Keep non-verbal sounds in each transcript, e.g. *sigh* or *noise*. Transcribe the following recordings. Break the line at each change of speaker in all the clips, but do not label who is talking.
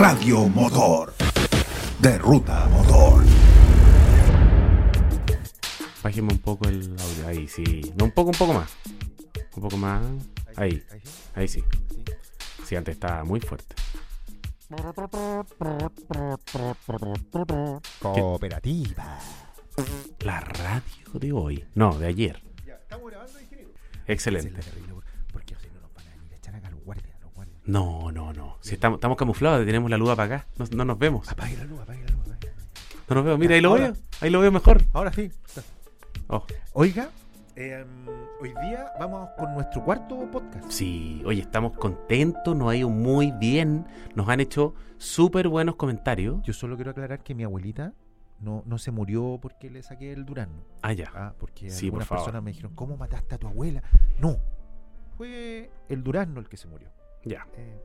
Radio Motor. De Ruta Motor.
Bájeme un poco el audio. Ahí sí. No, un poco, un poco más. Un poco más. Ahí. Ahí sí. Sí, antes estaba muy fuerte.
Cooperativa.
La radio de hoy. No, de ayer.
Estamos grabando, ingeniero.
Excelente.
Porque así no nos van a venir a echar acá los guardias, los guardias.
No, no, no. Si estamos, estamos camuflados, tenemos la luz apagada. No, no nos vemos.
Apague la luz, apague la luz. apague la luz.
No nos vemos. Mira, ahí lo
Ahora.
veo. Ahí lo veo mejor.
Ahora sí.
Oh,
Oiga, eh, hoy día vamos con nuestro cuarto podcast.
sí. Oye, estamos contentos. Nos ha ido muy bien. Nos han hecho súper buenos comentarios.
Yo solo quiero aclarar que mi abuelita no, no se murió porque le saqué el durazno.
Ah, ya.
Ah, porque
Sí, por
algunas
favor.
personas me dijeron, ¿cómo mataste a tu abuela? No. Fue el durazno el que se murió.
Ya.
Eh,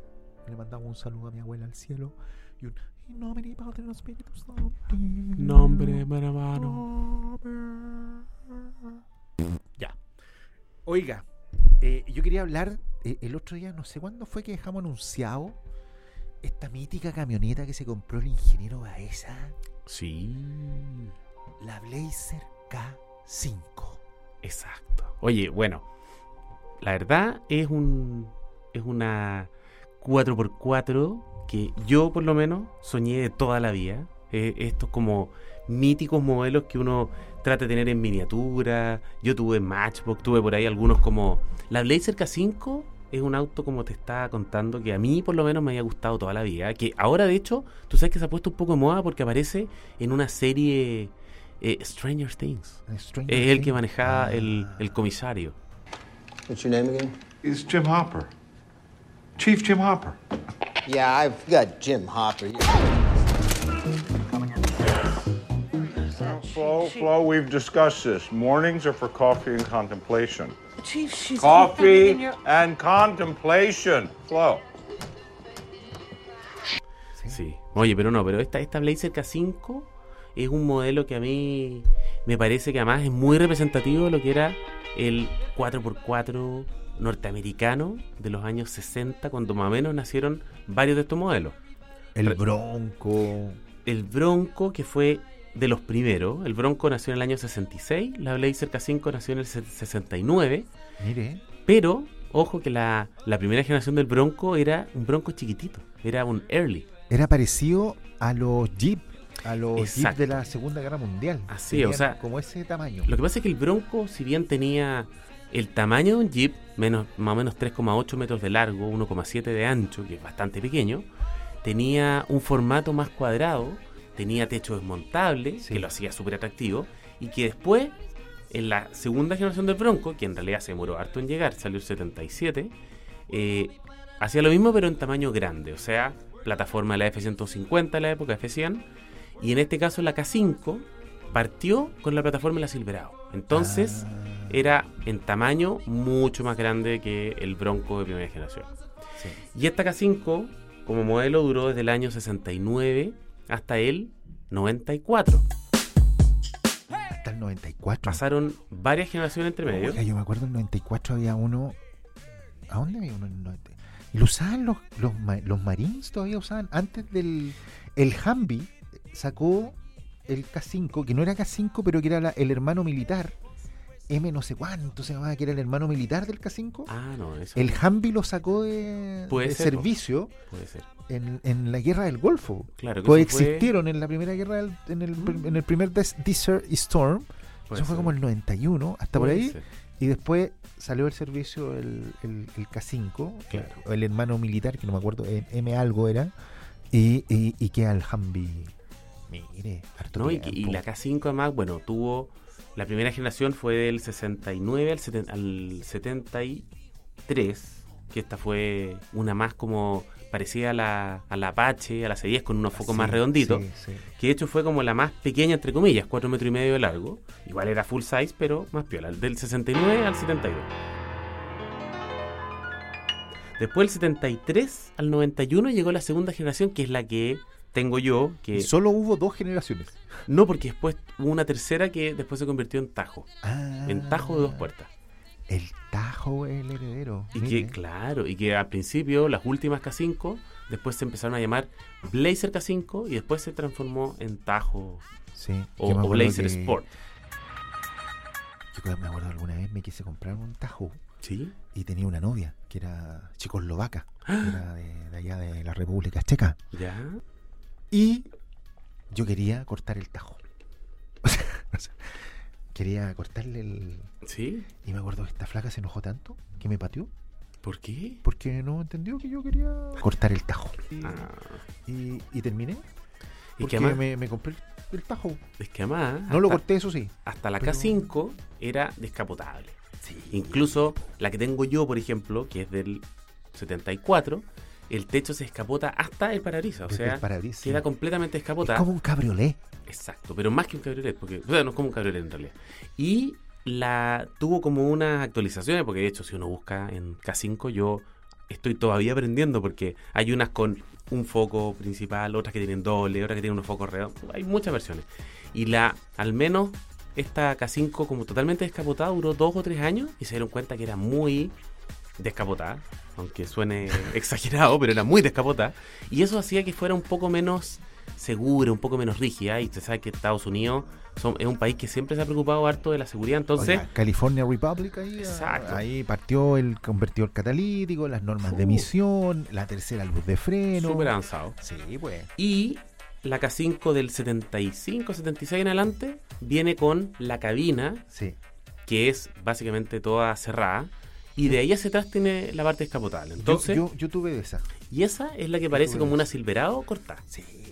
le mandamos un saludo a mi abuela al cielo y un "In nomine Patris et Spiritus Sancti".
Nombre, hermano.
Ya. Oiga, eh, yo quería hablar eh, el otro día, no sé cuándo fue que dejamos anunciado esta mítica camioneta que se compró el ingeniero Baeza,
Sí.
la Blazer K5.
Exacto. Oye, bueno, la verdad es un es una 4x4 que yo por lo menos soñé de toda la vida. Eh, estos como míticos modelos que uno trata de tener en miniatura. Yo tuve Matchbox, tuve por ahí algunos como la Blazer K5 es un auto como te estaba contando que a mí por lo menos me había gustado toda la vida, que ahora de hecho tú sabes que se ha puesto un poco de moda porque aparece en una serie eh, Stranger Things. Es el que manejaba el, el comisario.
What's your name again?
It's Jim Hopper. Chief Jim Hopper.
Yeah, I've got Jim Hopper.
Flo, Flo, we've discussed this. Mornings are for coffee and contemplation.
Chief, she's
Coffee
in your-
and contemplation, Flo.
Sí. Oye, pero no, pero esta, esta Blazer K5 es un modelo que a mí me parece que además es muy representativo de lo que era el 4x4 norteamericano de los años 60, cuando más o menos nacieron varios de estos modelos.
El Bronco.
El Bronco, que fue de los primeros, el Bronco nació en el año 66, la Blazer K5 nació en el 69,
Mire,
Pero, ojo que la, la primera generación del Bronco era un Bronco chiquitito, era un Early.
era parecido a los Jeep, a los Jeep
Exacto.
de la Segunda Guerra Mundial.
Así, o
Tenían
sea,
como ese tamaño.
Lo que pasa es que el Bronco, si bien tenía el tamaño de un Jeep, menos, más o menos 3,8 metros de largo, 1,7 de ancho, que es bastante pequeño, tenía un formato más cuadrado, tenía techo desmontable,
Sí.
que lo hacía súper atractivo, y que después, en la segunda generación del Bronco, que en realidad se demoró harto en llegar, salió el 77, eh, hacía lo mismo pero en tamaño grande, o sea, plataforma de la F-150 de la época, F-100, y en este caso la K5 partió con la plataforma de la Silverado. Entonces
Ah,
era en tamaño mucho más grande que el Bronco de primera generación.
sí.
Y esta K5 como modelo duró desde el año 69 hasta el 94.
Hasta el 94.
Pasaron varias generaciones entre medio.
Oiga, yo me acuerdo en el 94 había uno. ¿A dónde había uno en el 90? Y lo usaban los, los, ma- los Marines todavía usaban. Antes del. El Humvee sacó el K5, que no era K5, pero que era la- el hermano militar. M no sé cuánto se llamaba, que era el hermano militar del K5.
Ah, no, eso
El Humvee lo sacó de,
Puede
de
ser, po.
servicio
puede ser.
en, en la guerra del Golfo.
Claro, que eso fue-
Coexistieron Pues en la primera guerra, del- en, el, pr- en el primer des- Desert Storm.
puede
Eso fue
ser,
como el 91, hasta por
puede
ahí.
ser.
Y después salió el servicio el, el, el K5,
Claro.
o el hermano militar, que no me acuerdo, en M algo era, y, y, y queda el Humvee. Mire, harto
¿no? Y, que- y
tiempo.
la K5 además, bueno, tuvo, la primera generación fue del 69 al, seten- al 73, que esta fue una más como parecida a la, a la Apache, a la C10, con unos focos
Sí,
más redonditos,
sí, sí.
que de hecho fue como la más pequeña, entre comillas, 4 metros y medio de largo, igual era full size, pero más piola, del 69 al 72. Después del 73 al 91 llegó la segunda generación, que es la que tengo yo, que
Y Solo hubo dos generaciones.
no, porque después hubo una tercera que después se convirtió en Tajo. En Tajo de dos puertas.
Ah, El Tajo es el heredero.
Y
mire.
que, claro, y que al principio las últimas K5, después se empezaron a llamar Blazer K5 y después se transformó en Tajo
Sí,
o,
yo me
o
acuerdo
Blazer
que-
Sport.
Yo creo que me acuerdo alguna vez me quise comprar un Tajo
Sí.
y tenía una novia que era checoslovaca, que
*gasps*
era de, de allá de la República Checa.
¿Ya?
Y yo quería cortar el Tajo. *laughs* O sea, o sea, quería cortarle el.
¿Sí?
Y me acuerdo que esta flaca se enojó tanto que me pateó
¿Por qué?
porque no entendió que yo quería cortar el Tajo. Y,
Ah,
y- y terminé
y Ah,
porque
que además,
me, me compré el Tajo.
es que además
No lo
hasta-
corté, eso sí.
hasta la
Pero-
K5 era descapotable. Incluso la que tengo yo, por ejemplo, que es del 74, el techo se escapota hasta el parabrisas. O
Desde
sea,
el parabrisas.
queda completamente
Es
escapotada.
como un cabriolé.
Exacto, pero más que un cabriolet, porque, o sea, no es como un cabriolet en realidad. Y la tuvo como unas actualizaciones, porque de hecho, si uno busca en K5, yo estoy todavía aprendiendo, porque hay unas con un foco principal, otras que tienen doble, otras que tienen unos focos redondos, hay muchas versiones. Y la, al menos, esta K5 como totalmente descapotada duró dos o tres años y se dieron cuenta que era muy descapotada, aunque suene *laughs* exagerado, pero era muy descapotada. Y eso hacía que fuera un poco menos segura, un poco menos rígida. Y usted sabe que Estados Unidos son- es un país que siempre se ha preocupado harto de la seguridad. Entonces,
Oiga, California Republic ahí,
Exacto.
ahí partió el convertidor catalítico, las normas de
Uh.
emisión, la tercera luz de freno.
súper avanzado.
Sí, pues.
Y la K5 del 75, 76 en adelante viene con la cabina,
Sí.
que es básicamente toda cerrada. Y de ahí hacia atrás tiene la parte descapotable. Entonces,
yo, yo, yo tuve de esa.
y esa es la que parece como una Silverado cortada.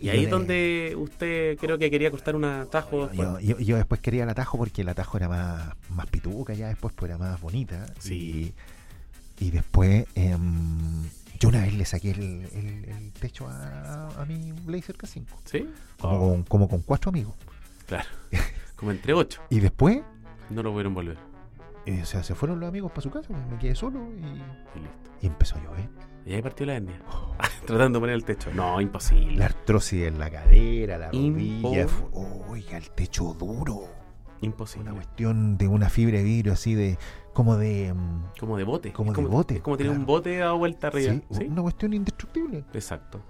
Y ahí
Yo
es
le-
donde usted creo que quería cortar un atajo.
Yo, yo- yo después quería el atajo porque el atajo era más, más pituca ya después, pues era más bonita.
Sí.
Y, y después em, yo una vez le saqué el, el- el techo a, a mi Blazer K5.
¿Sí?
Como,
Oh.
con, como con cuatro amigos. *laughs*
Claro. Como entre ocho.
Y después,
No lo pudieron volver.
eh, o sea, se fueron los amigos para su casa, pues, me quedé solo y,
Y listo.
y empezó a llover.
Y ahí partió la etnia. *laughs* Tratando de poner el techo. No, imposible.
Oh. La artrosis en la cadera, la
Impo-
rodilla. fue- Oiga, el techo duro.
Imposible.
Una cuestión de una fibra de vidrio así de. como de. mm,
Como de bote.
Como
es
de bote,
Es como tener un
claro.
bote dado vuelta arriba.
sí,
Sí,
Una cuestión indestructible.
Exacto.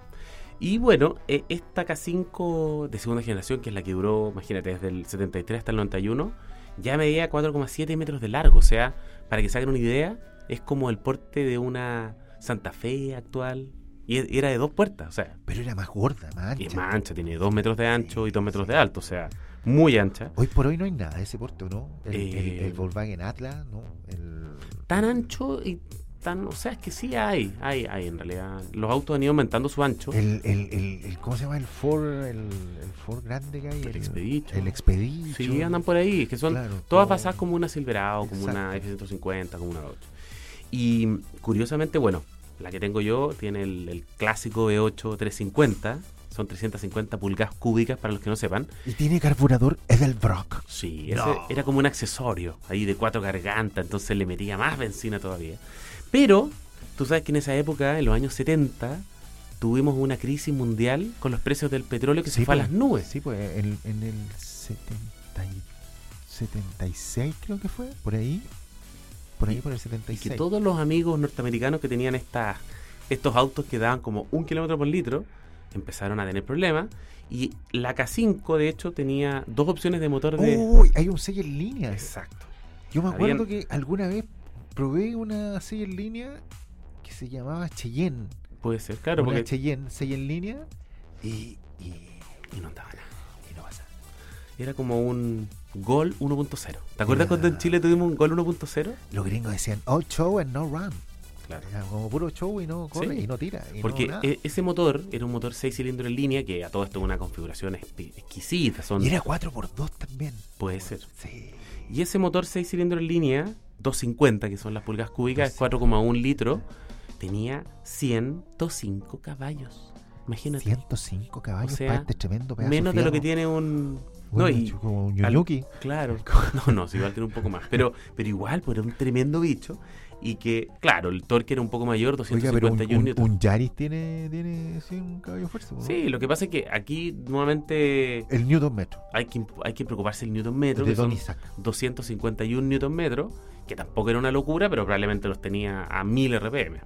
Y bueno, e- esta K5 de segunda generación, que es la que duró, imagínate, desde el 73 hasta el 91, ya medía 4,7 metros de largo. O sea, para que se hagan una idea, es como el porte de una Santa Fe actual. Y e- era de dos puertas, o sea,
Pero era más gorda, más
y es
ancha.
más ancha, tiene dos metros de ancho y dos metros de alto, o sea, muy ancha.
Hoy por hoy no hay nada de ese porte, ¿no? El, el-
Eh,
el Volkswagen Atlas, ¿no? El-
tan
el-
ancho y tan. O sea, es que sí hay, hay, hay en realidad. Los autos han ido aumentando su ancho.
El, el, el- el- ¿Cómo se llama? El Ford, el, el Ford grande que hay.
El Expedition.
El Expedition.
sí, andan por ahí, que son
Claro,
todas
todo.
basadas como una Silverado, como una F-150, como una otra. Y curiosamente, bueno, la que tengo yo tiene el, el clásico V8 350. Son 350 pulgadas cúbicas, para los que no sepan.
Y tiene carburador Edelbrock.
Sí, ese
No.
era como un accesorio ahí de cuatro gargantas, entonces le metía más benzina todavía. Pero tú sabes que en esa época, en los años 70, tuvimos una crisis mundial con los precios del petróleo que se fue a
pues,
las nubes.
Sí, pues en, en el 70 y- 76 creo que fue, por ahí. Por ahí, por el
Y
76.
que todos los amigos norteamericanos que tenían estas, estos autos que daban como un kilómetro por litro empezaron a tener problemas. Y la K5, de hecho, tenía dos opciones de motor de.
Uy, hay un 6 en línea.
Exacto.
Yo me
Habían-
acuerdo que alguna vez probé una 6 en línea que se llamaba Cheyenne.
Puede ser, claro,
una
porque.
Cheyenne, 6 en línea. Y, y,
Y no andaba nada.
y no pasa.
Era como un Gol 1.0. ¿Te acuerdas
Ya.
cuando en Chile tuvimos un Gol 1.0?
Los gringos decían, all show and no run.
Claro.
Era como puro show y no corre
Sí.
y no tira. y no
Porque
nada.
e- ese motor era un motor 6 cilindros en línea que a todo esto es una configuración espe- exquisita. Son,
Y era 4x2 también.
Puede ser.
Sí.
Y ese motor 6 cilindros en línea, 250, que son las pulgas cúbicas, es 4,1 litros, tenía 105 caballos. Imagínate.
105 caballos
O sea,
para este tremendo pedazo.
menos de lo que
fierro.
tiene un.
Bueno,
no, y-
hecho como un
al-
Yunyuki.
Claro. No, no, sí, igual tiene un poco más. Pero, pero igual, pues era un tremendo bicho. Y que, claro, el torque era un poco mayor,
Oiga, pero un,
251
un,
newton.
un Yaris tiene, tiene 100 caballos de fuerza. ¿no?
Sí, lo que pasa es que aquí nuevamente
El Newton metro.
hay que, hay que preocuparse del newton metro,
Eh. de
que son
Don Isaac.
251 newton metro, que tampoco era una locura, pero probablemente los tenía a 1000 RPM,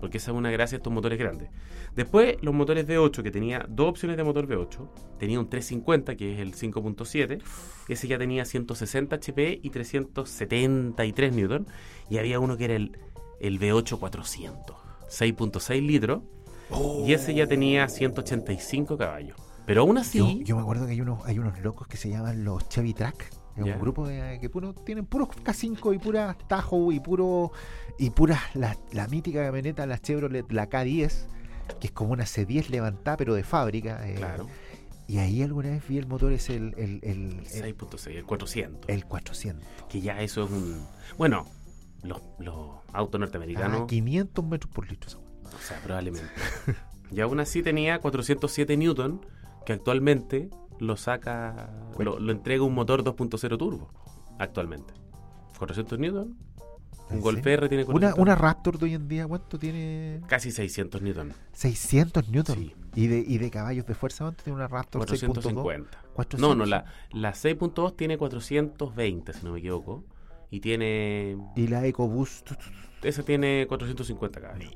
porque esa es una gracia de estos motores grandes. Después, los motores V8, que tenía dos opciones de motor V8, tenía un 350, que es el 5.7, ese ya tenía 160 HP y 373 Newton, y había uno que era el, el V8 400, 6.6 litros, y ese ya tenía 185 caballos. Pero aún así,
Yo, yo me acuerdo que hay unos, hay unos locos que se llaman los Chevy Track. Es
Ya.
un grupo de- que puro- tienen puros K5 y puras Tahoe y puro y puras la, la mítica camioneta, la Chevrolet, la K10, que es como una C10 levantada pero de fábrica. eh,
claro,
Y ahí alguna vez vi el motor es el, el, el,
el
el,
6.6, el 400.
el 400.
Que ya eso es un. Bueno, los, los autos norteamericanos.
Ah, 500 metros por litro. esa weá.
O sea, probablemente. *laughs* y aún así tenía 407 Newton, que actualmente lo saca. Lo, lo entrega un motor 2.0 turbo. Actualmente. 400 Newton. Un
¿En
Golf
serio?
R tiene
¿Ah, Una,
400,
una Raptor de hoy en día, ¿cuánto tiene?
Casi 600 Newton.
600 newton.
Sí.
¿Y, de, y de caballos de fuerza, ¿cuánto tiene una Raptor? 6.2?
450. No, no, la, la 6.2 tiene 420, si no me equivoco. Y tiene.
Y la EcoBoost.
Esa tiene 450 caballos.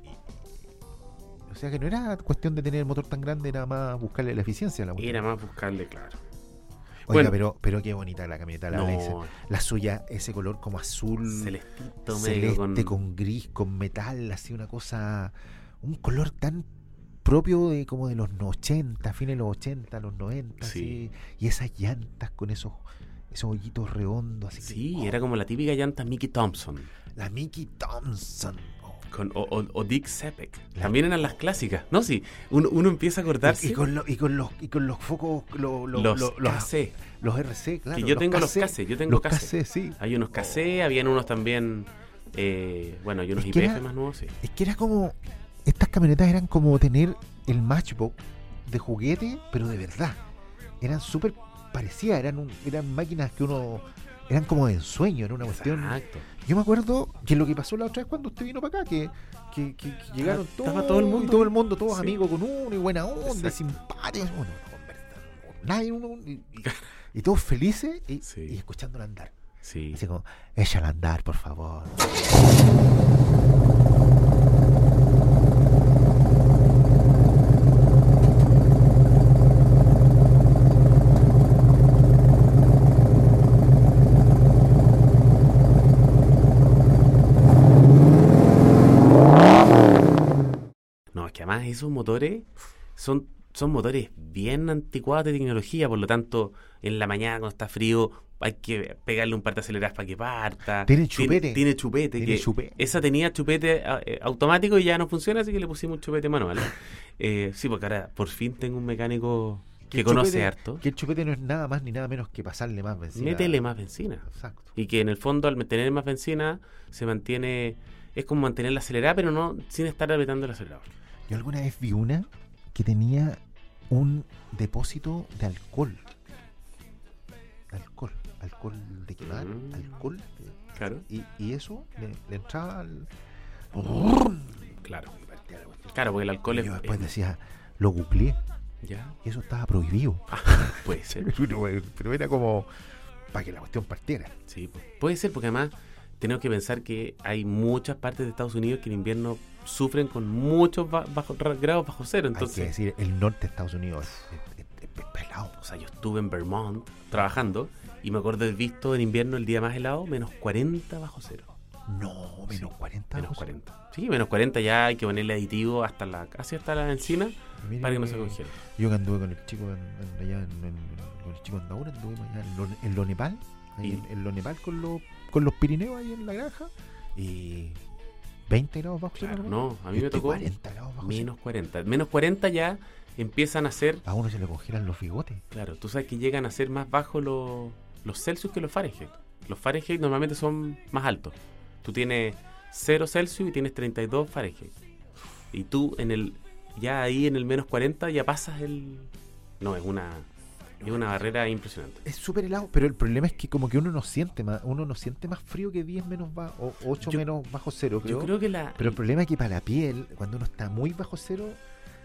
O sea que no era cuestión de tener el motor tan grande, era más buscarle la eficiencia a la
Y
cuestión.
era más buscarle, claro.
Oiga,
bueno.
pero, pero qué bonita la camioneta, la
No,
Blazer. La suya, ese color como azul,
celestito, medio
celeste, con...
con
gris, con metal, así una cosa. Un color tan propio de como de los 80, fines de los 80, los 90.
Sí.
así. Y esas llantas con esos, esos hoyitos redondos. Así que-
Sí,
oh,
era como la típica llanta Mickey Thompson
La Mickey Thompson. oh.
con, o, o- o Dick Sepec.
La-
También eran las clásicas. No, sí, uno, uno empieza a acordarse
Y, con lo- y con los, y con los focos, lo- lo-
los,
lo- los,
KC.
los RC, claro.
yo tengo los KC, yo tengo
los
KC.
KC, sí.
Hay unos KC, habían unos también. eh, bueno, hay unos
Es que
IPF
era-
más nuevos, sí.
Es que era como. Estas camionetas eran como tener el Matchbox de juguete, pero de verdad. Eran súper parecidas, eran, un- eran máquinas que uno. Eran como de ensueño, era una cuestión.
Exacto.
Yo me acuerdo que lo que pasó la otra vez cuando usted vino para acá, que, que, que- que llegaron
Estaba
todos,
todo el
y
mundo.
todo el mundo, todos
Sí.
amigos con uno, y buena onda,
Exacto.
y simpáticos, uno, no conversa, no, nadie, uno, y, y- y todos felices y,
Sí.
y escuchándolo andar.
Sí.
Así como, échalo a andar, por favor.
No, es que además esos motores son, son motores bien anticuados de tecnología, por lo tanto, en la mañana cuando está frío hay que pegarle un par de aceleradas para que parta.
Tiene
Tien-
chupete.
Tiene chupete.
Tiene
que
chupete.
Esa tenía chupete a- eh, automático y ya no funciona, así que le pusimos un
*laughs*
chupete manual. Eh, sí, porque ahora por fin tengo un mecánico que
el
conoce
chupete-
harto.
Que el chupete no es nada más ni nada menos que pasarle más benzina.
Métele más benzina.
Exacto.
Y que en el fondo al tener más benzina se mantiene... Es como mantener la acelerada, pero no sin estar apretando el acelerador.
Yo alguna vez vi una que tenía un depósito de alcohol. Alcohol, alcohol de quemar,
Mm.
alcohol.
Claro.
Y, y eso le, le entraba al.
Claro. Claro, porque el alcohol
Y
es...
yo después
es-
decía, lo googleé
Ya,
y eso estaba prohibido.
Ah. puede ser.
*laughs* Pero pero era como para que la cuestión partiera.
Sí, pu- puede ser porque además tenemos que pensar que hay muchas partes de Estados Unidos que en invierno sufren con muchos ba- bajo- ra- grados bajo cero.
Hay que
Entonces,
decir, el norte de Estados Unidos es, es- es- es pelado.
o sea, yo estuve en Vermont trabajando y me acuerdo de visto en invierno el día más helado, menos 40 bajo cero.
No, menos 40
Menos
José.
40. Sí, menos 40 ya hay que ponerle aditivo hasta la, casi hasta la encina
Mire
para que no se congele.
Yo que anduve con el chico en, en- allá en, en- con el chico Andaura, anduve allá en, Lo- en Lonepal, ahí
Y-
en, en Lonepal con los con los Pirineos ahí en la granja y 20 grados bajo cero,
Claro,
¿no?
no, a mí
Y
me
este
tocó
40 grados bajo cero.
menos 40. Menos 40 ya empiezan a ser,
A uno se le congelan los bigotes.
claro, tú sabes que llegan a ser más bajos los, los Celsius que los Fahrenheit. Los Fahrenheit normalmente son más altos. Tú tienes 0 Celsius y tienes 32 Fahrenheit. Y tú en el ya ahí en el menos 40 ya pasas el no, es una es una barrera impresionante.
Es súper helado, pero el problema es que como que uno no siente más, uno no siente más frío que 10 menos ba- o 8
Yo-
menos bajo cero, creo.
Yo creo que la
Pero el problema es que para la piel, cuando uno está muy bajo cero,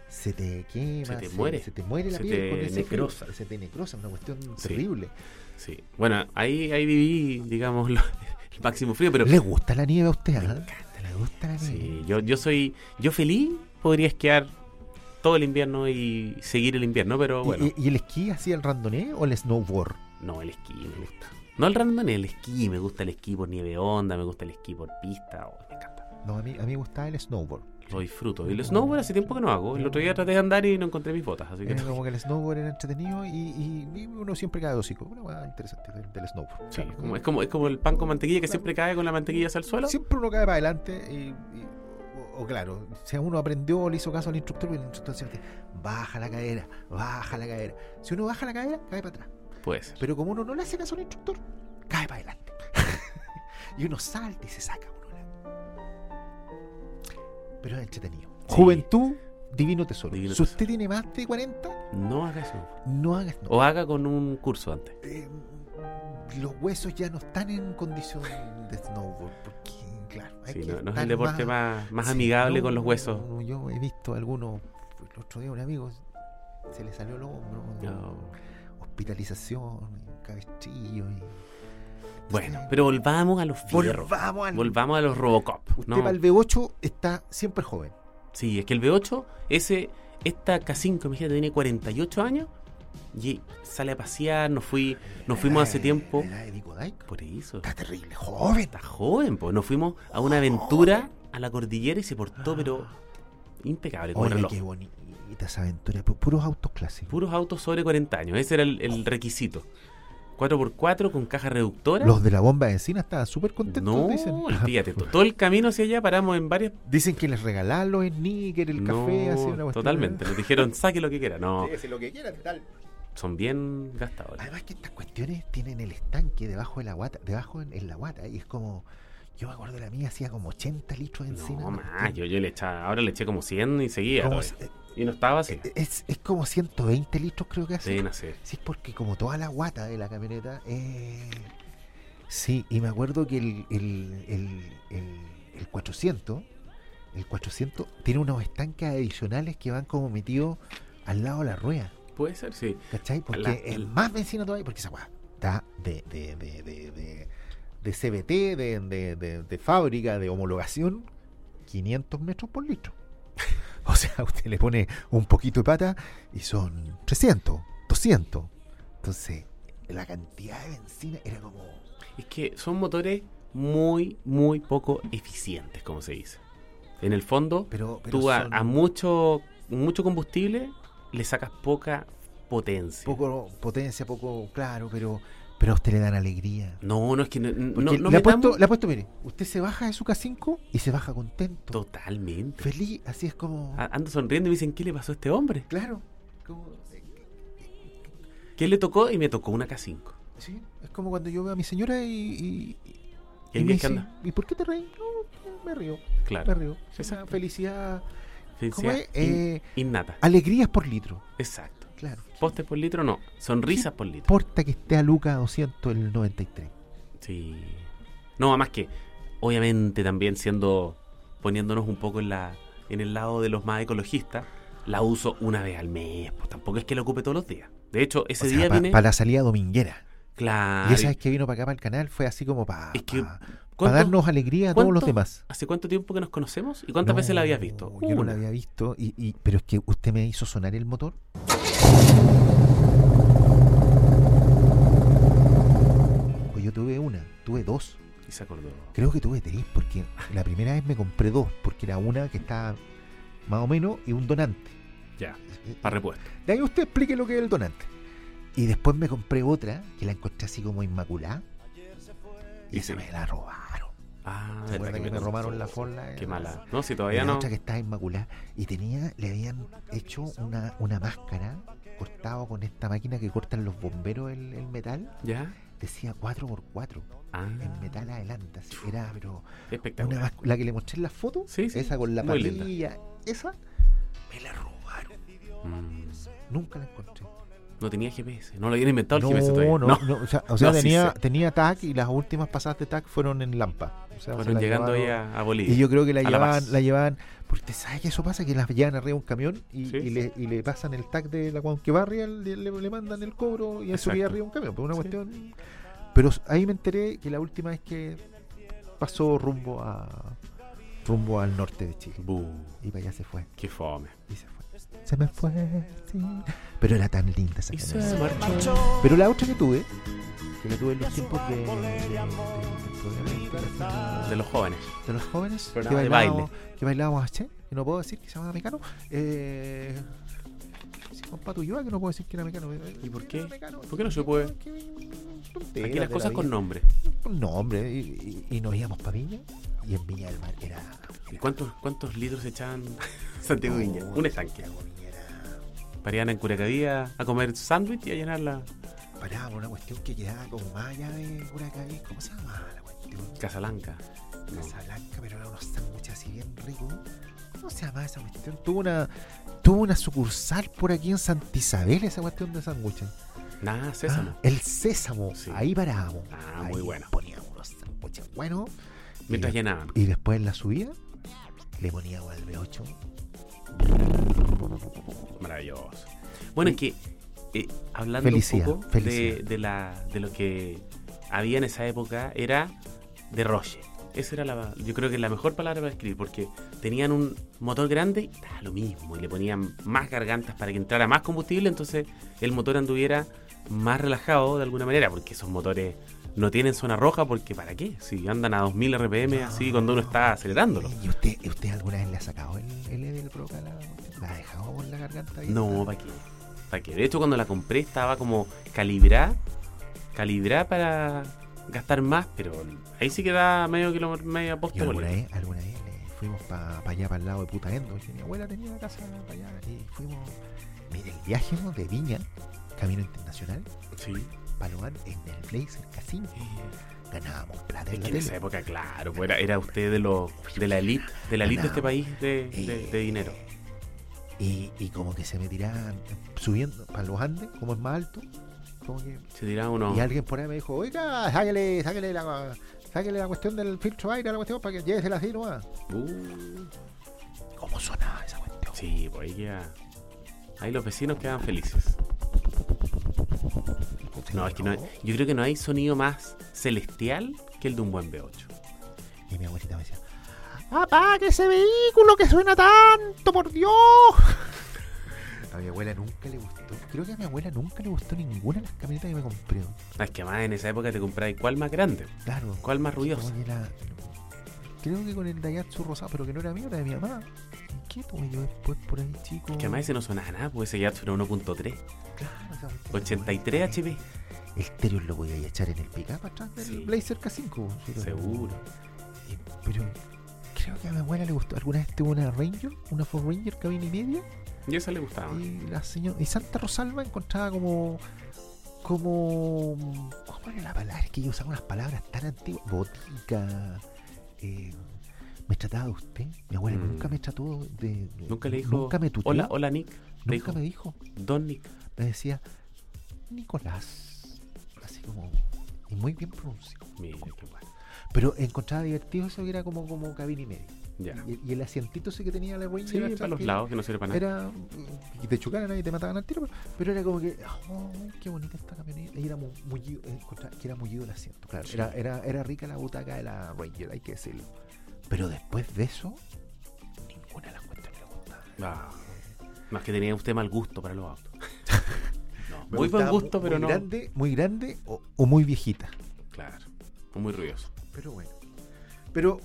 se te quema,
Se te muere.
se te muere la
Se
piel
te
con ese frío.
necrosa.
se te necrosa, una cuestión
Sí.
terrible.
sí. Bueno, ahí ahí viví, digamos, lo- *laughs* el máximo frío, pero
¿Le gusta la nieve a usted? ah? ¿Le gusta la nieve?
sí, yo, yo soy, yo feliz podría esquiar todo el invierno y seguir el invierno, pero
¿Y-
bueno,
¿Y, y el esquí así el randonee o el snowboard?
no, el esquí me gusta. No el random, el esquí, me gusta el esquí por nieve onda, me gusta el esquí por pista, oh, me encanta.
No, a mí, a mí me gustaba el snowboard.
Lo disfruto. Y el snowboard hace tiempo que no hago. El otro día traté de andar y no encontré mis botas, así que...
Era como que el snowboard era entretenido y, y- y uno siempre cae de hocico. Una hueá interesante del, del snowboard.
*laughs* Sí,
Claro.
como- es, como, es como el pan con mantequilla que siempre cae con la mantequilla hacia el suelo.
Siempre uno cae para adelante y, y- o, o claro, si uno aprendió, le hizo caso al instructor, y el instructor decía, baja la cadera, baja la cadera. Si uno baja la cadera, cae para atrás.
Puede ser.
Pero como uno no le hace caso al instructor, cae para adelante. *laughs* y uno salta y se saca uno. la- Pero es entretenido.
Sí.
Juventud, divino tesoro.
Divino
si
tesoro. Oh.
usted tiene más de 40,
No haga eso.
no haga no.
O haga con un curso antes.
Eh, los huesos ya no están en condición de snowboard. Porque, claro, hay
Sí,
que
no, no es
estar
el deporte más, más
sí,
amigable
no,
con los huesos.
no, yo he visto algunos. El otro día, un amigo se le salió el hombro.
No.
Hospitalización, cabestrillo. Y...
Bueno, pero volvamos a los fierros.
Volvamos al.
Volvamos a los Robocop.
Usted
¿no?
para el B8 está siempre joven.
Sí, es que el B8, ese, esta K5, imagínate, tiene 48 años y sale a pasear. Nos, fui, nos fuimos hace
La-
tiempo.
Eh, La de Nico Dyke.
Por eso.
Está terrible, joven.
Está joven, pues. Nos fuimos a una aventura a la cordillera y se portó, pero impecable. Como
Oiga,
reloj.
qué bonita esa aventura. pu- Puros autos clásicos.
Puros autos sobre 40 años. Ese era el, el requisito. 4x4 con caja reductora.
Los de la bomba de encina estaban súper contentos.
no,
dicen.
olvídate. to- Todo el camino hacia allá paramos en varias.
*laughs* Dicen que les regalaron los sneakers, el café,
No,
así una cuestión.
totalmente. Nos dijeron, saque lo que quiera. No,
Sí, lo que quieran, tal.
son bien gastadores.
Además que estas cuestiones tienen el estanque debajo de la guata, debajo en, en la guata, y es como, yo me acuerdo de la mía hacía como 80 litros de encina.
No,
una
más.
cuestión
Yo, yo le echaba. Ahora le eché como 100 y seguía.
como-
todavía. Y no estaba así.
eh, es, es como 120 litros creo que hace.
Deben hacer.
Sí, porque como toda la guata de la camioneta, eh, sí, y me acuerdo que el, el, el, el, el 400, el 400 tiene unos estanques adicionales que van como metidos al lado de la rueda.
Puede ser, sí.
¿Cachai? Porque
La-
es
el-
más benzina todavía, porque esa weá está de, de, de, de, de, de CBT, de, de, de, de fábrica, de homologación, 500 metros por litro. *laughs* O sea, *laughs* usted le pone un poquito de pata y son 300, 200. Entonces, la cantidad de benzina era como...
Es que son motores muy, muy poco eficientes, como se dice. En el fondo,
Pero, pero
tú a,
son
a mucho, mucho combustible le sacas poca potencia.
poco potencia, poco claro, pero, pero a usted le dan alegría.
No, no es que no, no,
Porque
no
le, ha
metamos-
puesto, le ha puesto, mire, usted se baja de su K5 y se baja contento,
totalmente.
feliz, así es como...
A- Ando sonriendo y me dicen, ¿qué le pasó a este hombre?
Claro. Como, eh,
¿Qué le tocó? Y me tocó una K5.
sí, es como cuando yo veo a mi señora y. y- y-
Y
y
ahí
me
ves
dice,
que anda.
¿Y por qué te reí? No, me río. Me
Claro.
río. Esa
Exacto.
felicidad. ¿Cómo
Felicidad
es?
in-
Eh,
innata.
alegrías por litro.
Exacto.
Claro.
Postes por litro, no. Sonrisas por litro.
Porta que esté a Luca 200 el 93.
Sí. No, además que, obviamente también siendo, poniéndonos un poco en la, en el lado de los más ecologistas, la uso una vez al mes, pues tampoco es que la ocupe todos los días. De hecho, ese día
para
viene.
la salida dominguera.
Claro.
Y esa vez que vino para acá para el canal fue así como para
Es que- ¿Cuánto-
darnos alegría a todos los
cuánto-
demás.
¿Hace cuánto tiempo que nos conocemos? ¿Y cuántas
No,
veces la habías visto?
Yo no
Una.
la había visto, y, y- pero es que usted me hizo sonar el motor. Pues yo tuve una, tuve dos.
Y se acordó.
Creo que tuve tres, porque la primera vez me compré dos, porque era una que estaba más o menos y un donante.
Ya, para repuesto.
De ahí usted explique lo que es el donante. Y después me compré otra, que la encontré así como inmaculada. Y
Y
esa
sí.
me la robaron.
Ah,
¿Se acuerda
verdad
que me
contaste.
robaron la forla?
Qué
Eh,
mala. No, si
y
todavía
la
no.
otra que estaba inmaculada. Y tenía, le habían hecho una, una máscara cortado con esta máquina que cortan los bomberos el, el metal.
¿Ya?
Decía 4x4
Ah,
en metal adelante. así. Era, pero una
espectacular.
más- la que le mostré en la foto,
Sí, sí,
esa con la
muy linda.
patilla, esa, me la robaron.
Mm,
Nunca la encontré.
No tenía GPS. No lo habían inventado el
No,
GPS todavía.
no,
No.
no, o sea, o sea,
*laughs* No, sí
tenía,
sé.
tenía TAC y las últimas pasadas de TAC fueron en Lampa. O sea, se
Fueron
la
llegando
llevaron-
ahí a, a Bolivia.
Y yo creo que la
A La
llevaban,
Paz.
la, llevaban, porque usted sabe que eso pasa, que las llevan arriba de un camión y,
Sí.
y le, y le pasan el tag de la Cuanquebarria, le, le, le mandan el cobro y eso
Exacto.
queda arriba de un camión, por una
Sí.
cuestión. Pero ahí me enteré que la última vez que pasó rumbo a rumbo al norte de Chile.
Bu,
Y para allá se fue,
qué fome.
y se fue. Se me fue, sí. Pero era tan linda esa
Y se
canción.
marchó.
Pero la otra que tuve, que la tuve en los tiempos de, de- del programa de integración
De los jóvenes.
de los jóvenes que
Programa de
bailábamos, que bailábamos H, que no puedo decir que se llamaba Mecano. Eh, sí, con Pato Ulloa, que no puedo decir que era Mecano.
¿Y por qué?
Mecano,
¿Por qué no se puede?
que- tonteras
Aquí las
de
cosas
la
con
vida.
nombre.
No, hombre, y, y- y nos íbamos para Viña, y en Viña del Mar era.
¿Y cuántos, cuántos
*laughs*
litros echaban Santiago Viña?
No,
Un estanque.
Santiago Viña era-
Parían en Curacaví a comer sándwich y a llenar la
Parábamos una cuestión que quedaba como más allá de Huracán. ¿Cómo se llamaba la cuestión?
Casalanca. No.
Casablanca, pero eran unos sándwiches así bien ricos. ¿Cómo se llamaba esa cuestión? Tuvo una, tuvo una sucursal por aquí en Santa Isabel, esa cuestión de sándwiches.
Nada,
Ah,
sésamo.
el sésamo.
Sí.
Ahí parábamos.
Ah,
Ahí
muy bueno.
Poníamos unos sándwiches buenos.
Mientras
y,
llenaban.
Y después en la subida le poníamos al B8.
Maravilloso. Bueno, es que eh, hablando
Felicidad,
un poco de,
felicidad.
de la, de lo que había en esa época, era derroche. Esa era la, yo creo que es la mejor palabra para escribir, porque tenían un motor grande y estaba lo mismo, y le ponían más gargantas para que entrara más combustible, entonces el motor anduviera más relajado de alguna manera, porque esos motores no tienen zona roja, porque ¿para qué? Si andan a 2000 RPM así cuando uno está acelerándolo.
¿Y usted, usted alguna vez le ha sacado el, el, el proca a la cuestión? ¿La ha dejado con la garganta abierta?
No, ¿para Ah, qué? ¿Para qué? De hecho, cuando la compré estaba como calibrada, calibrada para gastar más, pero ahí sí queda medio kilómetro, media
Yo
posta.
alguna vez, alguna vez eh, fuimos para allá, para el lado de Puta Endo. y mi abuela tenía una casa para allá. Y fuimos. Mire, el viaje ¿no? de Viña, Camino Internacional,
Sí.
Paloán, en el Blazer Casino. Ganábamos plata
Es
en la
que en esa
tele.
época, claro, pues era, era usted de los de la elite, de la elite de este país de, de- de dinero.
Y, y como que se me tiraban eh, subiendo para los Andes, como es más alto. Como que
Se tiraba uno.
Y alguien por ahí me dijo, oiga, sáquele, sáquele la, sáquele la cuestión del filtro de aire a la cuestión para que llévesela así nomás.
Uh,
¿Cómo sonaba esa cuestión?
sí, pues ahí queda. Ahí los vecinos quedan felices. No, es que no, yo creo que no hay sonido más celestial que el de un buen B8.
Y mi abuelita me decía, apague ese vehículo que suena tanto, por Dios. *laughs* A mi abuela nunca le gustó. Creo que a mi abuela nunca le gustó ninguna de las camionetas que me compré.
No, es que además en esa época te comprabas cuál más grande,
Claro.
cuál más ruidosa.
Como que la- creo que con el Daihatsu rosado, pero que no era mío, era de mi mamá. ¿Qué tomé yo después por ahí, chico?
Que además ese no sonaba nada, pues ese ya era 1.3.
Claro, esa cuestión.
83 HP.
El stereo lo podía echar en el pick-up atrás del
Sí.
Blazer K5. sí, pero-
Seguro.
Eh, Pero creo que a mi abuela le gustó. Alguna vez tuvo una Ranger, una Ford Ranger cabina y media.
Y eso le gustaba.
Y la señora. Y Santa Rosalba encontraba como. Como. ¿Cómo era la palabra? Es que yo usaba unas palabras tan antiguas. Botica. eh, me trataba de usted. Mi abuela
Mm.
nunca me trató de. de-
Nunca le dijo.
Nunca me tuteó.
Hola, hola Nick.
nunca
Le dijo.
me dijo.
Don Nick.
Me decía. Nicolás. Así como. Y muy bien pronunciado.
Mira, qué bueno.
Pero encontraba divertido eso que era como, como cabina y media.
Ya.
Y, y el asientito ese que tenía la Ranger
Sí,
atrás,
para los
que
lados, que no sirve para nada.
Era. Y te chocaran y te mataban al tiro, pero, pero era como que. ¡Oh, qué bonita esta camioneta! Y era mu- mullido, eh, contra- que era mullido el asiento, claro.
Sí.
Era, era, era rica la butaca de la Ranger, hay que decirlo. Pero después de eso, ninguna de las cuestiones le gustaba.
Ah, Más que tenía usted mal gusto para los
*laughs*
autos. No,
Me
muy buen
gustaba
gusto,
mu-
pero
muy
no.
Grande, muy grande o, o muy viejita.
Claro. Muy ruidoso.
Pero bueno. Pero.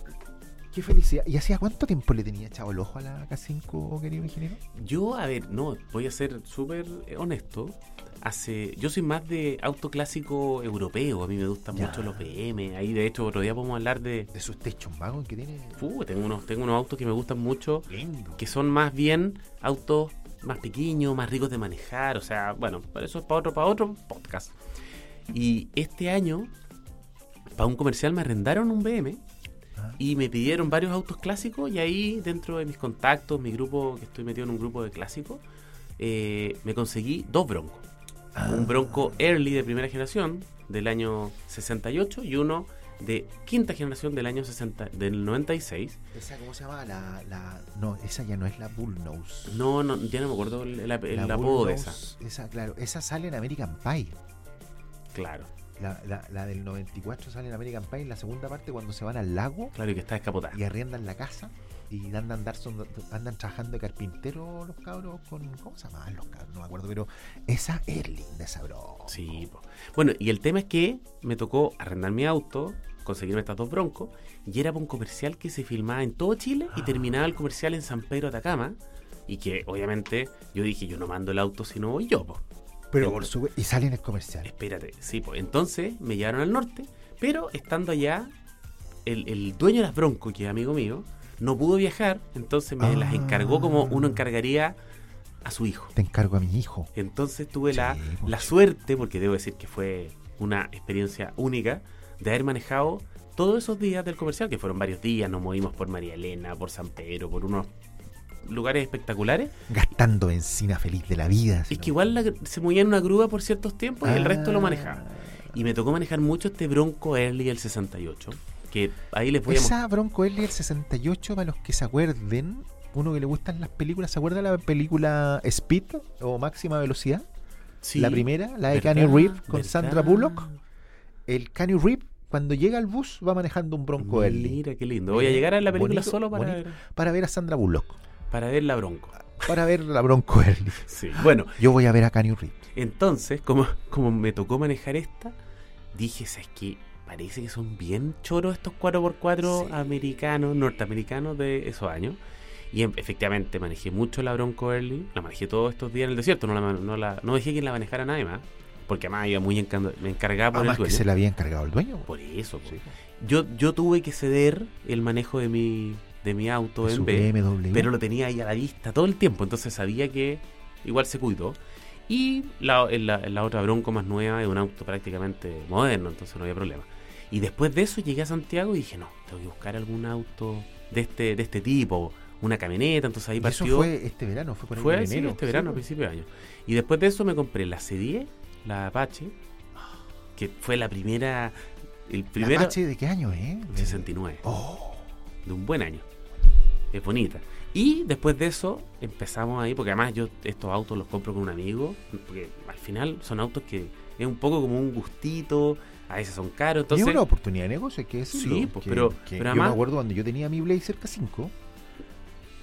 Qué felicidad. ¿Y hacía cuánto tiempo le tenía echado el ojo a la K5, querido ingeniero?
Yo, a ver, no, voy a ser súper eh, honesto. Hace, yo soy más de auto clásico europeo. A mí me gustan
Ya.
mucho los BM. Ahí, de hecho, otro día podemos hablar de.
De esos techos vagos que tiene.
Uh, tengo unos, tengo unos autos que me gustan mucho,
Lindo.
que son más bien autos más pequeños, más ricos de manejar. O sea, bueno, pero eso es para otro, para otro podcast. Y este año, para un comercial me arrendaron un BM
Ah.
y me pidieron varios autos clásicos y ahí dentro de mis contactos, mi grupo, que estoy metido en un grupo de clásicos, eh, me conseguí dos broncos. Un bronco early de primera generación del año 68 y uno de quinta generación del año 60, del 96.
¿Esa cómo se llama? La, la... No, esa ya no es la Bullnose.
No, no, ya no me acuerdo el, el ap- el apodo de esa.
Bullnose, Esa, claro. Esa sale en American Pie.
Claro.
La, la- la del 94 sale en American Pie, la segunda parte cuando se van al lago
Claro, y que está escapotada.
y arriendan la casa y andan, dar son- andan trabajando de carpintero los cabros con... ¿Cómo se llamaban los cabros? No me acuerdo, pero esa es linda esa bro.
Sí, po. bueno, y el tema es que me tocó arrendar mi auto, conseguirme estas dos broncos, y era para un comercial que se filmaba en todo Chile y terminaba el comercial en San Pedro de Atacama. Y que obviamente yo dije, yo no mando el auto si no voy yo, po.
Pero por su Y sale en el comercial.
Espérate, sí, pues. Entonces me llevaron al norte, pero estando allá, el, el dueño de las Bronco, que es amigo mío, no pudo viajar, entonces me las encargó como uno encargaría a su hijo.
Te encargo a mi hijo.
Entonces tuve la,
Sí, pues.
la suerte, porque debo decir que fue una experiencia única, de haber manejado todos esos días del comercial, que fueron varios días, nos movimos por María Elena, por San Pedro, por unos lugares espectaculares,
Gastando encina feliz de la vida. si
es
no-
que igual la gr- se movía en una grúa por ciertos tiempos y el resto lo
Ah.
manejaba. Y me tocó manejar mucho este Bronco Early el 68, que ahí les voy a mostrar.
Esa Bronco L del 68, para los que se acuerden, uno que le gustan las películas, ¿se acuerda la película Speed o Máxima Velocidad?
Sí,
La primera, la de
¿verdad?
Keanu Reeves con
¿verdad?
Sandra Bullock. El Keanu Reeves, cuando llega al bus, va manejando un Bronco Early
Mira, qué lindo. Voy a llegar a la película
Bonito,
solo para
bonito.
ver,
para ver a Sandra Bullock,
para ver la Bronco.
para ver la Bronco Early.
Sí. Bueno,
Yo voy a ver a Keanu Reeves.
Entonces, como, como me tocó manejar esta, dije, ¿sabes qué? Parece que son bien choros estos 4x4
Sí.
americanos, norteamericanos de esos años. Y em- efectivamente manejé mucho la Bronco Early, la manejé todos estos días en el desierto, no, la, man- no, la- no dejé que la manejara nadie más, porque además iba muy encando- me encargaba por el
Además que
dueño.
se la había encargado el dueño.
Por eso, po.
Sí.
yo, yo tuve que ceder el manejo de mi, de mi auto
Su
en B
BMW.
pero lo tenía ahí a la vista todo el tiempo, entonces sabía que igual se cuidó. Y la, en la, en la otra Bronco más nueva es un auto prácticamente moderno, entonces no había problema. Y después de eso llegué a Santiago y dije, no, tengo que buscar algún auto de este, de este tipo, una camioneta, entonces ahí
Y eso
partió.
fue este verano, fue por ahí
fue
en
sí,
enero.
este verano, a
Sí.
principio de año. Y después de eso me compré la C10, la Apache, que fue la primera, el
¿La
primero...
Apache de qué año, eh?
69
Oh.
de un buen año. Es bonita. Y después de eso empezamos ahí, porque además yo estos autos los compro con un amigo, porque al final son autos que es un poco como un gustito, a veces son caros,
Y
entonces...
es una oportunidad de negocio, hay que decirlo.
Sí, pues,
que-
pero-
que
pero
yo
además-
me acuerdo cuando yo tenía mi Blazer K5,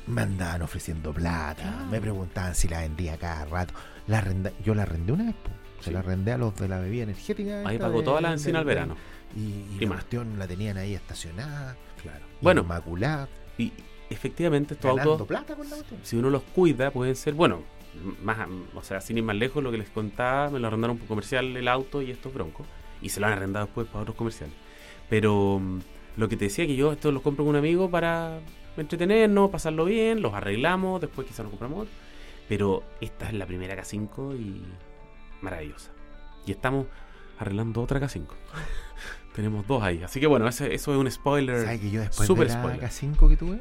me andaban ofreciendo plata, me preguntaban si la vendía cada rato. La arrenda- yo la arrendé una vez, pues. se
Sí.
la arrendé a los de la bebida energética.
Ahí
esta
pagó
de-
todas las
de-
encinas al
de-
verano.
Y, y
Y
la
más.
cuestión la tenían ahí estacionada, claro.
Bueno.
inmaculada,
Y efectivamente estos
ganando
autos,
plata con la cuestión.
si uno los cuida, pueden ser, bueno, m- más, a- o sea, sin ir más lejos, lo que les contaba, me lo arrendaron por comercial el auto y estos broncos, y se lo han arrendado después para otros comerciales. Pero mm, lo que te decía que yo esto los compro con un amigo para entretenernos, pasarlo bien, los arreglamos, después quizás nos compramos otro. Pero esta es la primera K5 y maravillosa. Y estamos arreglando otra K5. *laughs* Tenemos dos ahí. Así que bueno, ese- eso es un spoiler.
¿Sabes que yo después
Super
de la
spoiler.
K5 que tuve,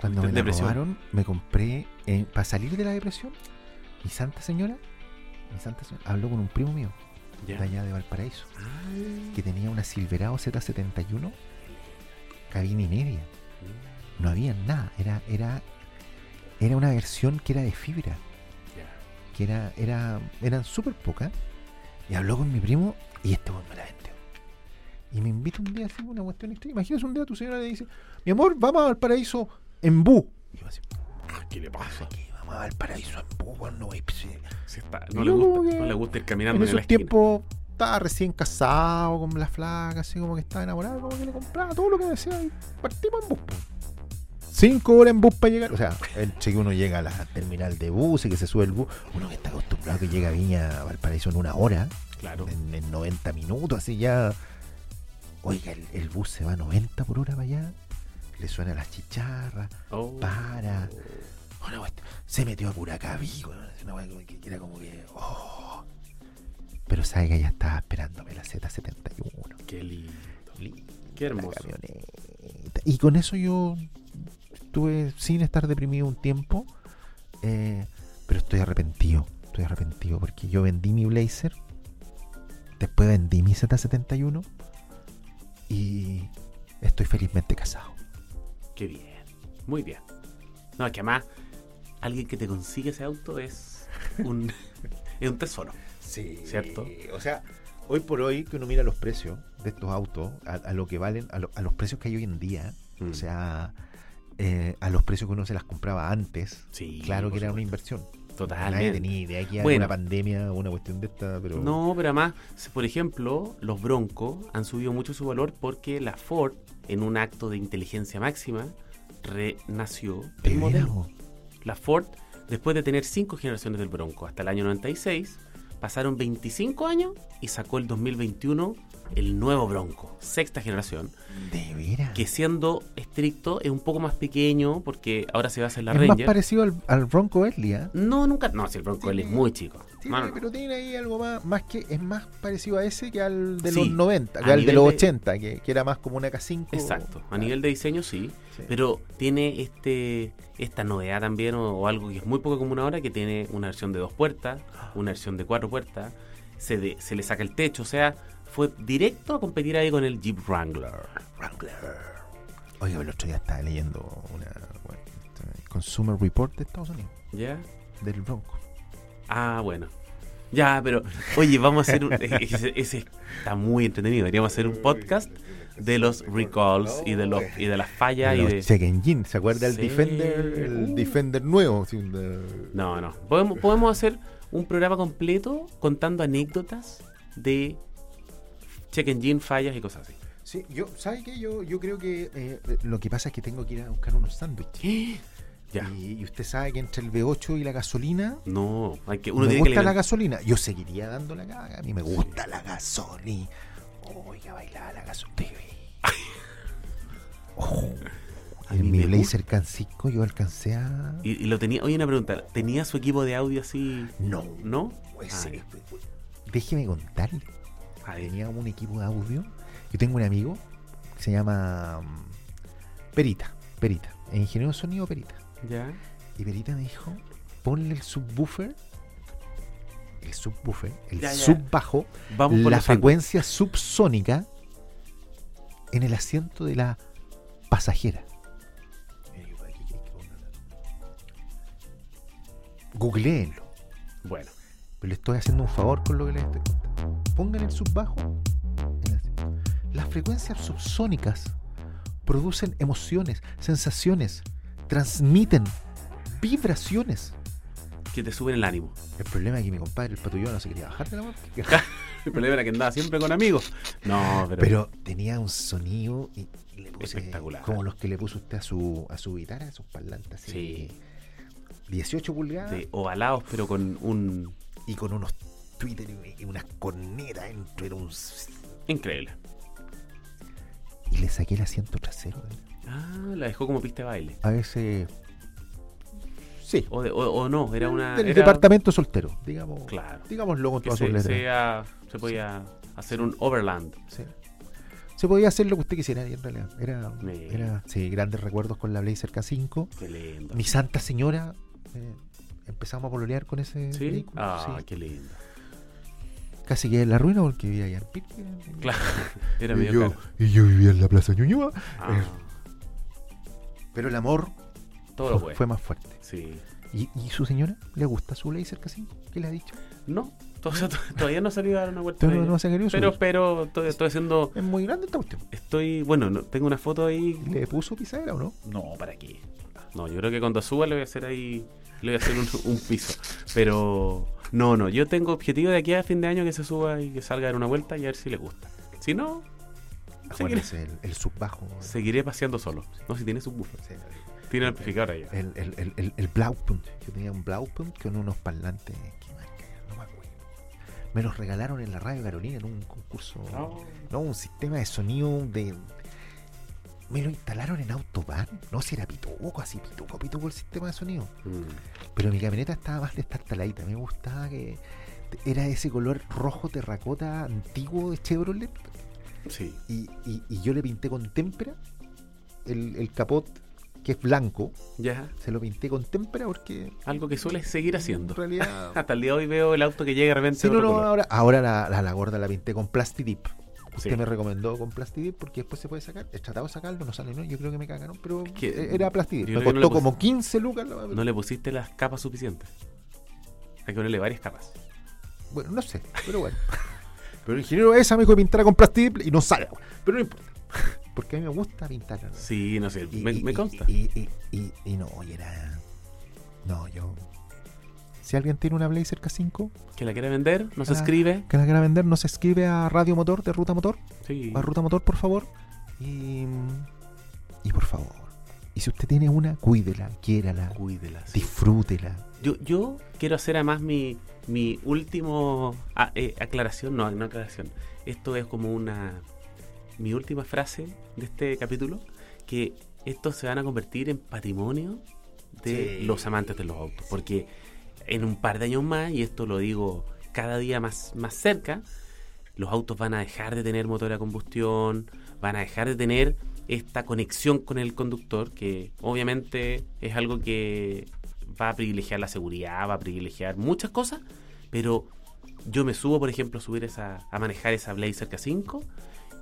cuando me la
Depresión.
robaron, me compré, eh, para salir de la depresión, mi santa señora, mi santa señora, habló con un primo mío,
Ya. Ah,
de allá de Valparaíso,
Ay,
que tenía una Silverado Z71, cabina y media. No había nada, era, era, era una versión que era de fibra,
ya.
que era, era, eran súper pocas. Y habló con mi primo y este weón me la vendió. Y me invita un día así una cuestión extraña. Imagínese un día tu señora le dice, mi amor, vamos al paraíso en Bu. Y yo así,
¿Qué le pasa?
"¿Qué? Vamos al paraíso en Bu, weón, no, y pues,
Si está-
Yo
no, le
como
gusta,
que
no le gusta ir caminando
en
en,
esos
la esquina.
tiempos estaba recién casado con la flaca, así como que estaba enamorado, como que le compraba todo lo que decía y partimos en bus. po. Cinco horas en bus para llegar. O sea, entre que uno llega a la terminal de bus y que se sube el bus, uno que está acostumbrado que llega a Viña a Valparaíso en una hora,
Claro.
en, en 90 minutos, así ya. Oiga, el, el bus se va a 90 por hora para allá, le suena las chicharras,
Oh.
para. Una cuestión- Oh, este, se metió a Puracaví, weón, una weá como que que era como que. oh. Pero sabe que ya estaba esperándome la Z71,
Qué lindo. lindo. Qué
la
hermoso.
camioneta. Y con eso yo estuve sin estar deprimido un tiempo, eh, pero estoy arrepentido. Estoy arrepentido porque yo vendí mi Blazer, después vendí mi Z71 y estoy felizmente casado.
Qué bien. Muy bien. No, es que además, alguien que
*laughs*
te consigue ese auto es un, es un tesoro.
Sí.
¿Cierto?
O sea, hoy por hoy, que uno mira los precios de estos autos, a, a lo que valen, a, lo- a los precios que hay hoy en día,
Mm.
o sea, eh, a los precios que uno se las compraba antes,
Sí,
claro que
por
era una inversión. Nadie
Totalmente.
tenía idea que iba a haber
Bueno.
una pandemia o una cuestión de esta, pero...
No, pero además, se- por ejemplo, los Broncos han subido mucho su valor porque la Ford, en un acto de inteligencia máxima, renació
¿De
el
veras,
modelo.
vos?
La Ford, después de tener cinco generaciones del Bronco hasta el año 96, pasaron 25 años y sacó el 2021 el nuevo Bronco, sexta generación,
¿De veras?
que siendo estricto es un poco más pequeño porque ahora se va a hacer la
es más
Ranger.
parecido al, al Bronco Bentley, ¿ah?
no, nunca. No, si el Bronco él es muy chico.
Tiene-
No, no, no.
Pero tiene ahí algo más, más que es más parecido a ese que al de
Sí,
los 90, que
a
al de
nivel
los
de-
80, que, que era más como una K5.
Exacto. A
Claro,
nivel de diseño sí,
sí.
pero tiene este esta novedad también o, o algo que es muy poco común ahora que tiene una versión de dos puertas, una versión de cuatro puertas, se, de- se le saca el techo, o sea, fue directo a competir ahí con el Jeep Wrangler.
Oye, el otro día estaba leyendo una bueno, este, Consumer Report de Estados Unidos,
¿Ya?
del Bronco.
Ah, bueno. Ya, pero oye, vamos a hacer un, e, ese, ese está muy entretenido, deberíamos hacer un podcast de los recalls y de los y de las fallas y
Los
de
check engine, ¿se acuerda el
Sí.
Defender? El
Uh.
Defender nuevo. sí, un eh, de-
No, no. Podemos, podemos hacer un programa completo contando anécdotas de check engine, fallas y cosas así.
Sí, yo, ¿sabe qué? Yo, yo creo que eh, lo que pasa es que tengo que ir a buscar unos sándwiches. *gasps*
Ya.
Y, y usted sabe que entre el B8 y la gasolina
No, hay que, uno
me
tiene que
gusta la
alimentar-
gasolina. Yo seguiría dando la caga. A mí me gusta la gasolina. Oiga, bailaba la gasolina.
*laughs*
Ojo.
Oh, A mí
En mi
me
Blazer Can 5 yo alcancé a.
Y, y lo tenía. Oye, una pregunta. ¿Tenía su equipo de audio así?
No. Pues
¿No?
Ese-
Ah, ya.
Déjeme contarle.
A ver.
Tenía un equipo de audio. Yo tengo un amigo que se llama mm, Perita. Perita. El ingeniero de sonido Perita.
Ya.
Y Perita me dijo: ponle el subwoofer. El subwoofer. El
Ya, ya.
sub bajo.
Vamos por
la
los sándwiches.
frecuencia subsónica en el asiento de la pasajera. Googleenlo.
Bueno.
Pero le estoy haciendo un favor con lo que les estoy contando. Pongan el subbajo. en el asiento. Las frecuencias subsónicas producen emociones, sensaciones, transmiten vibraciones.
Que te suben el ánimo.
El problema es que mi compadre, el patrullón, no se quería bajar de la marca.
*laughs* El problema era que andaba siempre con amigos. No, pero.
Pero tenía un sonido y y le puse
Espectacular.
como los que le puso usted a su a su guitarra, a sus parlantes. así
Sí.
que 18 pulgadas
de ovalados, pero con un.
y con unos Twitter y- y unas cornetas dentro. era un-
Increíble.
Y le saqué el asiento trasero. ¿eh?
Ah, la dejó como pista de baile.
A veces. Sí.
O, de- o- o no, era una.
Del
era-
departamento soltero, digamos.
Claro.
Digámoslo con
que
todas sus
se,
letras.
se, ah, se podía hacer un overland.
Sí. Se podía hacer lo que usted quisiera, en realidad. Era,
Mira.
era sí, grandes recuerdos con la Blazer K5.
Qué lindo.
Mi santa señora, eh, empezamos a pololear con ese
¿Sí?
vehículo,
Ah,
sí.
qué lindo. *laughs*
Casi que en la ruina porque vivía allá en Pirque.
Claro, era
y,
medio
yo,
caro.
y yo vivía en la Plaza Ñuñoa.
Ah,
Pero el amor
todo lo
fue,
bueno.
más fuerte.
Sí.
¿Y, y su señora? ¿Le gusta su Blazer K5? ¿Qué le ha dicho?
No, *laughs* to- to- todavía no he salido a dar una vuelta.
Todavía
de-
no se ha querido
pero,
subir.
pero to- estoy haciendo.
Es muy grande esta cuestión.
Estoy. Bueno, no- tengo una foto ahí.
¿Le puso pisadera o no?
No, ¿para qué? No, yo creo que cuando suba le voy a hacer ahí. Le voy a hacer un, un piso. Pero. No, no, yo tengo objetivo de aquí a fin de año que se suba y que salga a dar una vuelta y a ver si le gusta. Si no, seguiré,
Acuérdese, el, el subbajo.
seguiré paseando solo. No, si tiene su buffer.
Sí,
Tiene el amplificador allá.
El, el, el, el, el Blaupunkt. Yo tenía un Blaupunkt con unos parlantes. ¿Qué marca era? No me acuerdo. Me los regalaron en la radio Carolina en un concurso. No, un sistema de sonido de. Me lo instalaron en Autobahn. No, si era pituco, así pituco, pituco el sistema de sonido.
Mm.
Pero mi camioneta estaba más destartaladita. Me gustaba que. Era ese color rojo terracota antiguo de Chevrolet.
Sí.
Y, y- y yo le pinté con témpera el, el capot, que es blanco.
Ya.
Se lo pinté con témpera porque.
Algo que sueles seguir haciendo.
En
*laughs*
realidad.
Hasta el día de hoy veo el auto que llega de repente.
Sí,
de
no,
otro
no,
color.
ahora, ahora la, la, la gorda la pinté con Plastidip. Usted
Sí.
me recomendó con Plastidip porque después se puede sacar. He tratado de sacarlo, no sale, ¿no? Yo creo que me cagaron, pero
que
e- era Plastidip.
yo
Me
creo
costó
que no le puse-
como 15 lucas. la-
No le pusiste las capas suficientes. Hay que ponerle varias capas. *laughs*
Bueno, no sé, pero bueno. Pero el ingeniero esa me dijo que pintara con plastibl y no sale. weón. Pero no importa. *laughs* Porque a mí me gusta pintar. weón.
Sí, no sé,
Y-
me,
y-
me
y-
consta.
Y, y- y- y no, y era. No, yo. Si alguien tiene una Blazer K5,
Que la quiere vender, nos
Ah.
escribe.
que la quiera vender, nos escribe a Radio Motor de Ruta Motor.
Sí.
a Ruta Motor, por favor. Y, y por favor, y si usted tiene una, cuídela, quiérala,
Cuídela. sí.
disfrútela.
Yo, yo quiero hacer además mi, mi último ah, eh, aclaración, no, no aclaración. Esto es como una mi última frase de este capítulo, que estos se van a convertir en patrimonio de
Sí.
los amantes de los autos, porque en un par de años más, y esto lo digo cada día más, más cerca, los autos van a dejar de tener motor a combustión, van a dejar de tener esta conexión con el conductor, que obviamente es algo que va a privilegiar la seguridad, va a privilegiar muchas cosas, pero yo me subo, por ejemplo, a subir esa, a manejar esa Blazer K5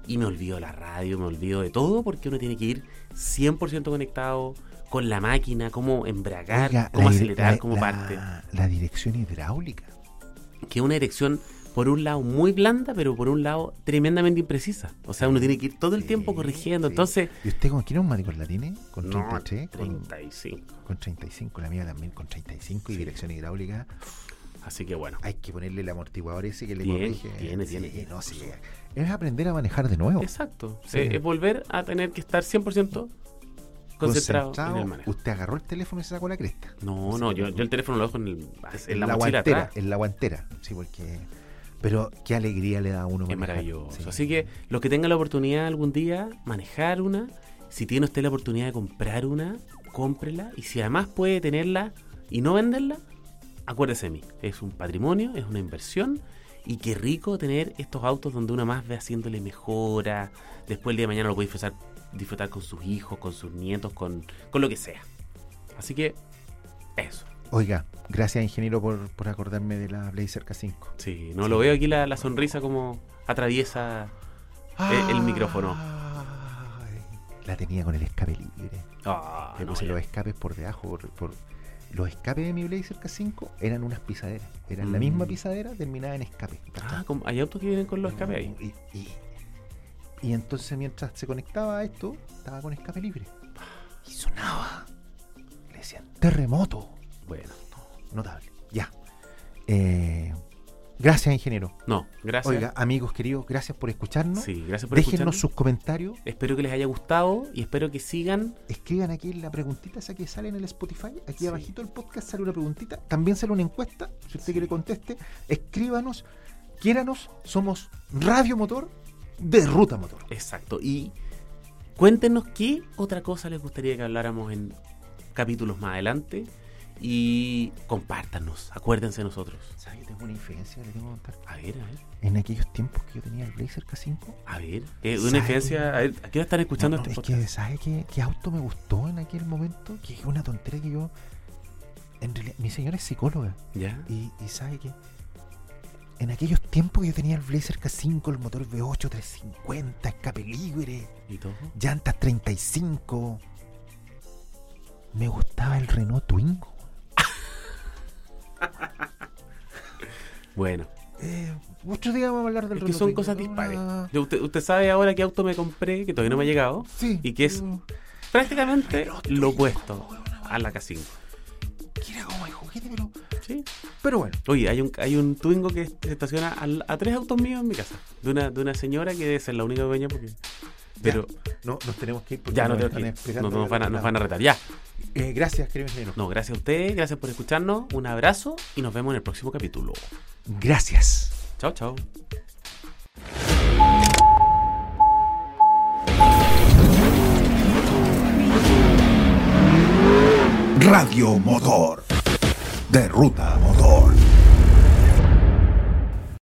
y me olvido de la radio, me olvido de todo, porque uno tiene que ir 100% conectado con la máquina, cómo embragar,
Oiga,
cómo
la-
acelerar,
la-
cómo
la-
parte
La dirección hidráulica.
que es una dirección por un lado muy blanda, pero por un lado tremendamente imprecisa. O sea, uno tiene que ir todo el
Sí,
tiempo corrigiendo.
sí.
Entonces,
¿Y usted con quién es un maricón la tiene? Con
no,
33, con,
35.
con 35, la mía también con 35 y
Sí.
dirección hidráulica.
Así que bueno,
Hay que ponerle el amortiguador ese que le
Tiene,
corrige.
tiene,
Sí,
tiene.
no, sí. Es aprender a manejar de nuevo.
exacto. Eh,
Sí.
Es, es volver a tener que estar 100% concentrado, en el manejo.
Usted agarró el teléfono y se sacó la cresta.
No, no, yo, yo el teléfono lo dejo en, el- en la, mochila
guantera,
atrás.
en la guantera, sí, porque pero qué alegría le da a uno
Es
manejar,
maravilloso.
sí.
Así que los que tengan la oportunidad algún día, manejar una. Si tiene usted la oportunidad de comprar una, cómprela. Y si además puede tenerla y no venderla, acuérdese de mí. Es un patrimonio, es una inversión. Y qué rico tener estos autos donde uno más ve haciéndole mejora. Después el día de mañana lo puede disfrutar, disfrutar con sus hijos, con sus nietos, con, con lo que sea. Así que eso.
Oiga, gracias ingeniero por, por acordarme de la Blazer K5.
Sí, no lo veo aquí la, la sonrisa como atraviesa Eh, el, el
Ah,
micrófono.
Ay, la tenía con el escape libre.
Ah,
Le
no,
puse
ya.
los escapes por debajo por, por- los escapes de mi Blazer K5 eran unas pisaderas, eran la
Mm.
misma pisadera terminada en escape.
Ah, como- hay autos que vienen con los escapes ahí.
Y, y- y entonces mientras se conectaba a esto, estaba con escape libre. Y sonaba. Le decían, terremoto.
Bueno,
Notable. Ya. Eh, gracias, ingeniero.
no, gracias.
Oiga, amigos queridos, gracias por escucharnos.
sí, gracias por
Déjennos
escucharnos.
sus comentarios.
Espero que les haya gustado y espero que sigan.
Escriban aquí en la preguntita esa que sale en el Spotify. Aquí
Sí.
abajito del podcast sale una preguntita. También sale una encuesta. Si usted quiere conteste, escríbanos. Quiéranos. Somos Radio Motor de Ruta Motor.
Exacto. Y cuéntenos qué otra cosa les gustaría que habláramos en capítulos más adelante. Y compártanos, acuérdense de nosotros.
¿Sabes que tengo una infidencia que le tengo que contar?
A ver, a ver.
En aquellos tiempos que yo tenía el Blazer K5.
A ver. Eh,
Sabe-
una experiencia. A ver, ¿a qué hora están escuchando
no, no,
este
es
podcast?
que, ¿sabes qué, qué auto me gustó en aquel momento? Que es una tontería que yo. En realidad, mi señora es psicóloga.
¿Ya?
Y, y ¿sabe qué? En aquellos tiempos que yo tenía el Blazer K5, el motor V8 350, escape libre,
¿Y todo?
llantas 35. Me gustaba el Renault Twingo.
Bueno,
Eh, otro día vamos a hablar del
es que
Renault
son
Twingo,
cosas
una-
dispares. Yo- Usted, usted sabe ahora qué auto me compré, que todavía no me ha llegado.
Sí. Mm.
y que es-
pero-
Prácticamente
Reloj
lo
Twingo,
opuesto
weón,
a la K5.
que era como el juguete, pero.
Sí.
Pero bueno.
Oye, hay un, hay un Twingo que se estaciona al- a, tres autos míos en mi casa. De una, de una señora que debe ser la única dueña porque... Pero
No, nos tenemos que ir
ya,
porque
no tengo
están
que ir.
explicando
No, no nos, van a, nos
la-
van a retar. Ya.
Eh, gracias, querido ingeniero.
No, gracias a ustedes, gracias por escucharnos. Un abrazo y nos vemos en el próximo capítulo.
Gracias.
Chao, chao.
Radio Motor. De Ruta Motor.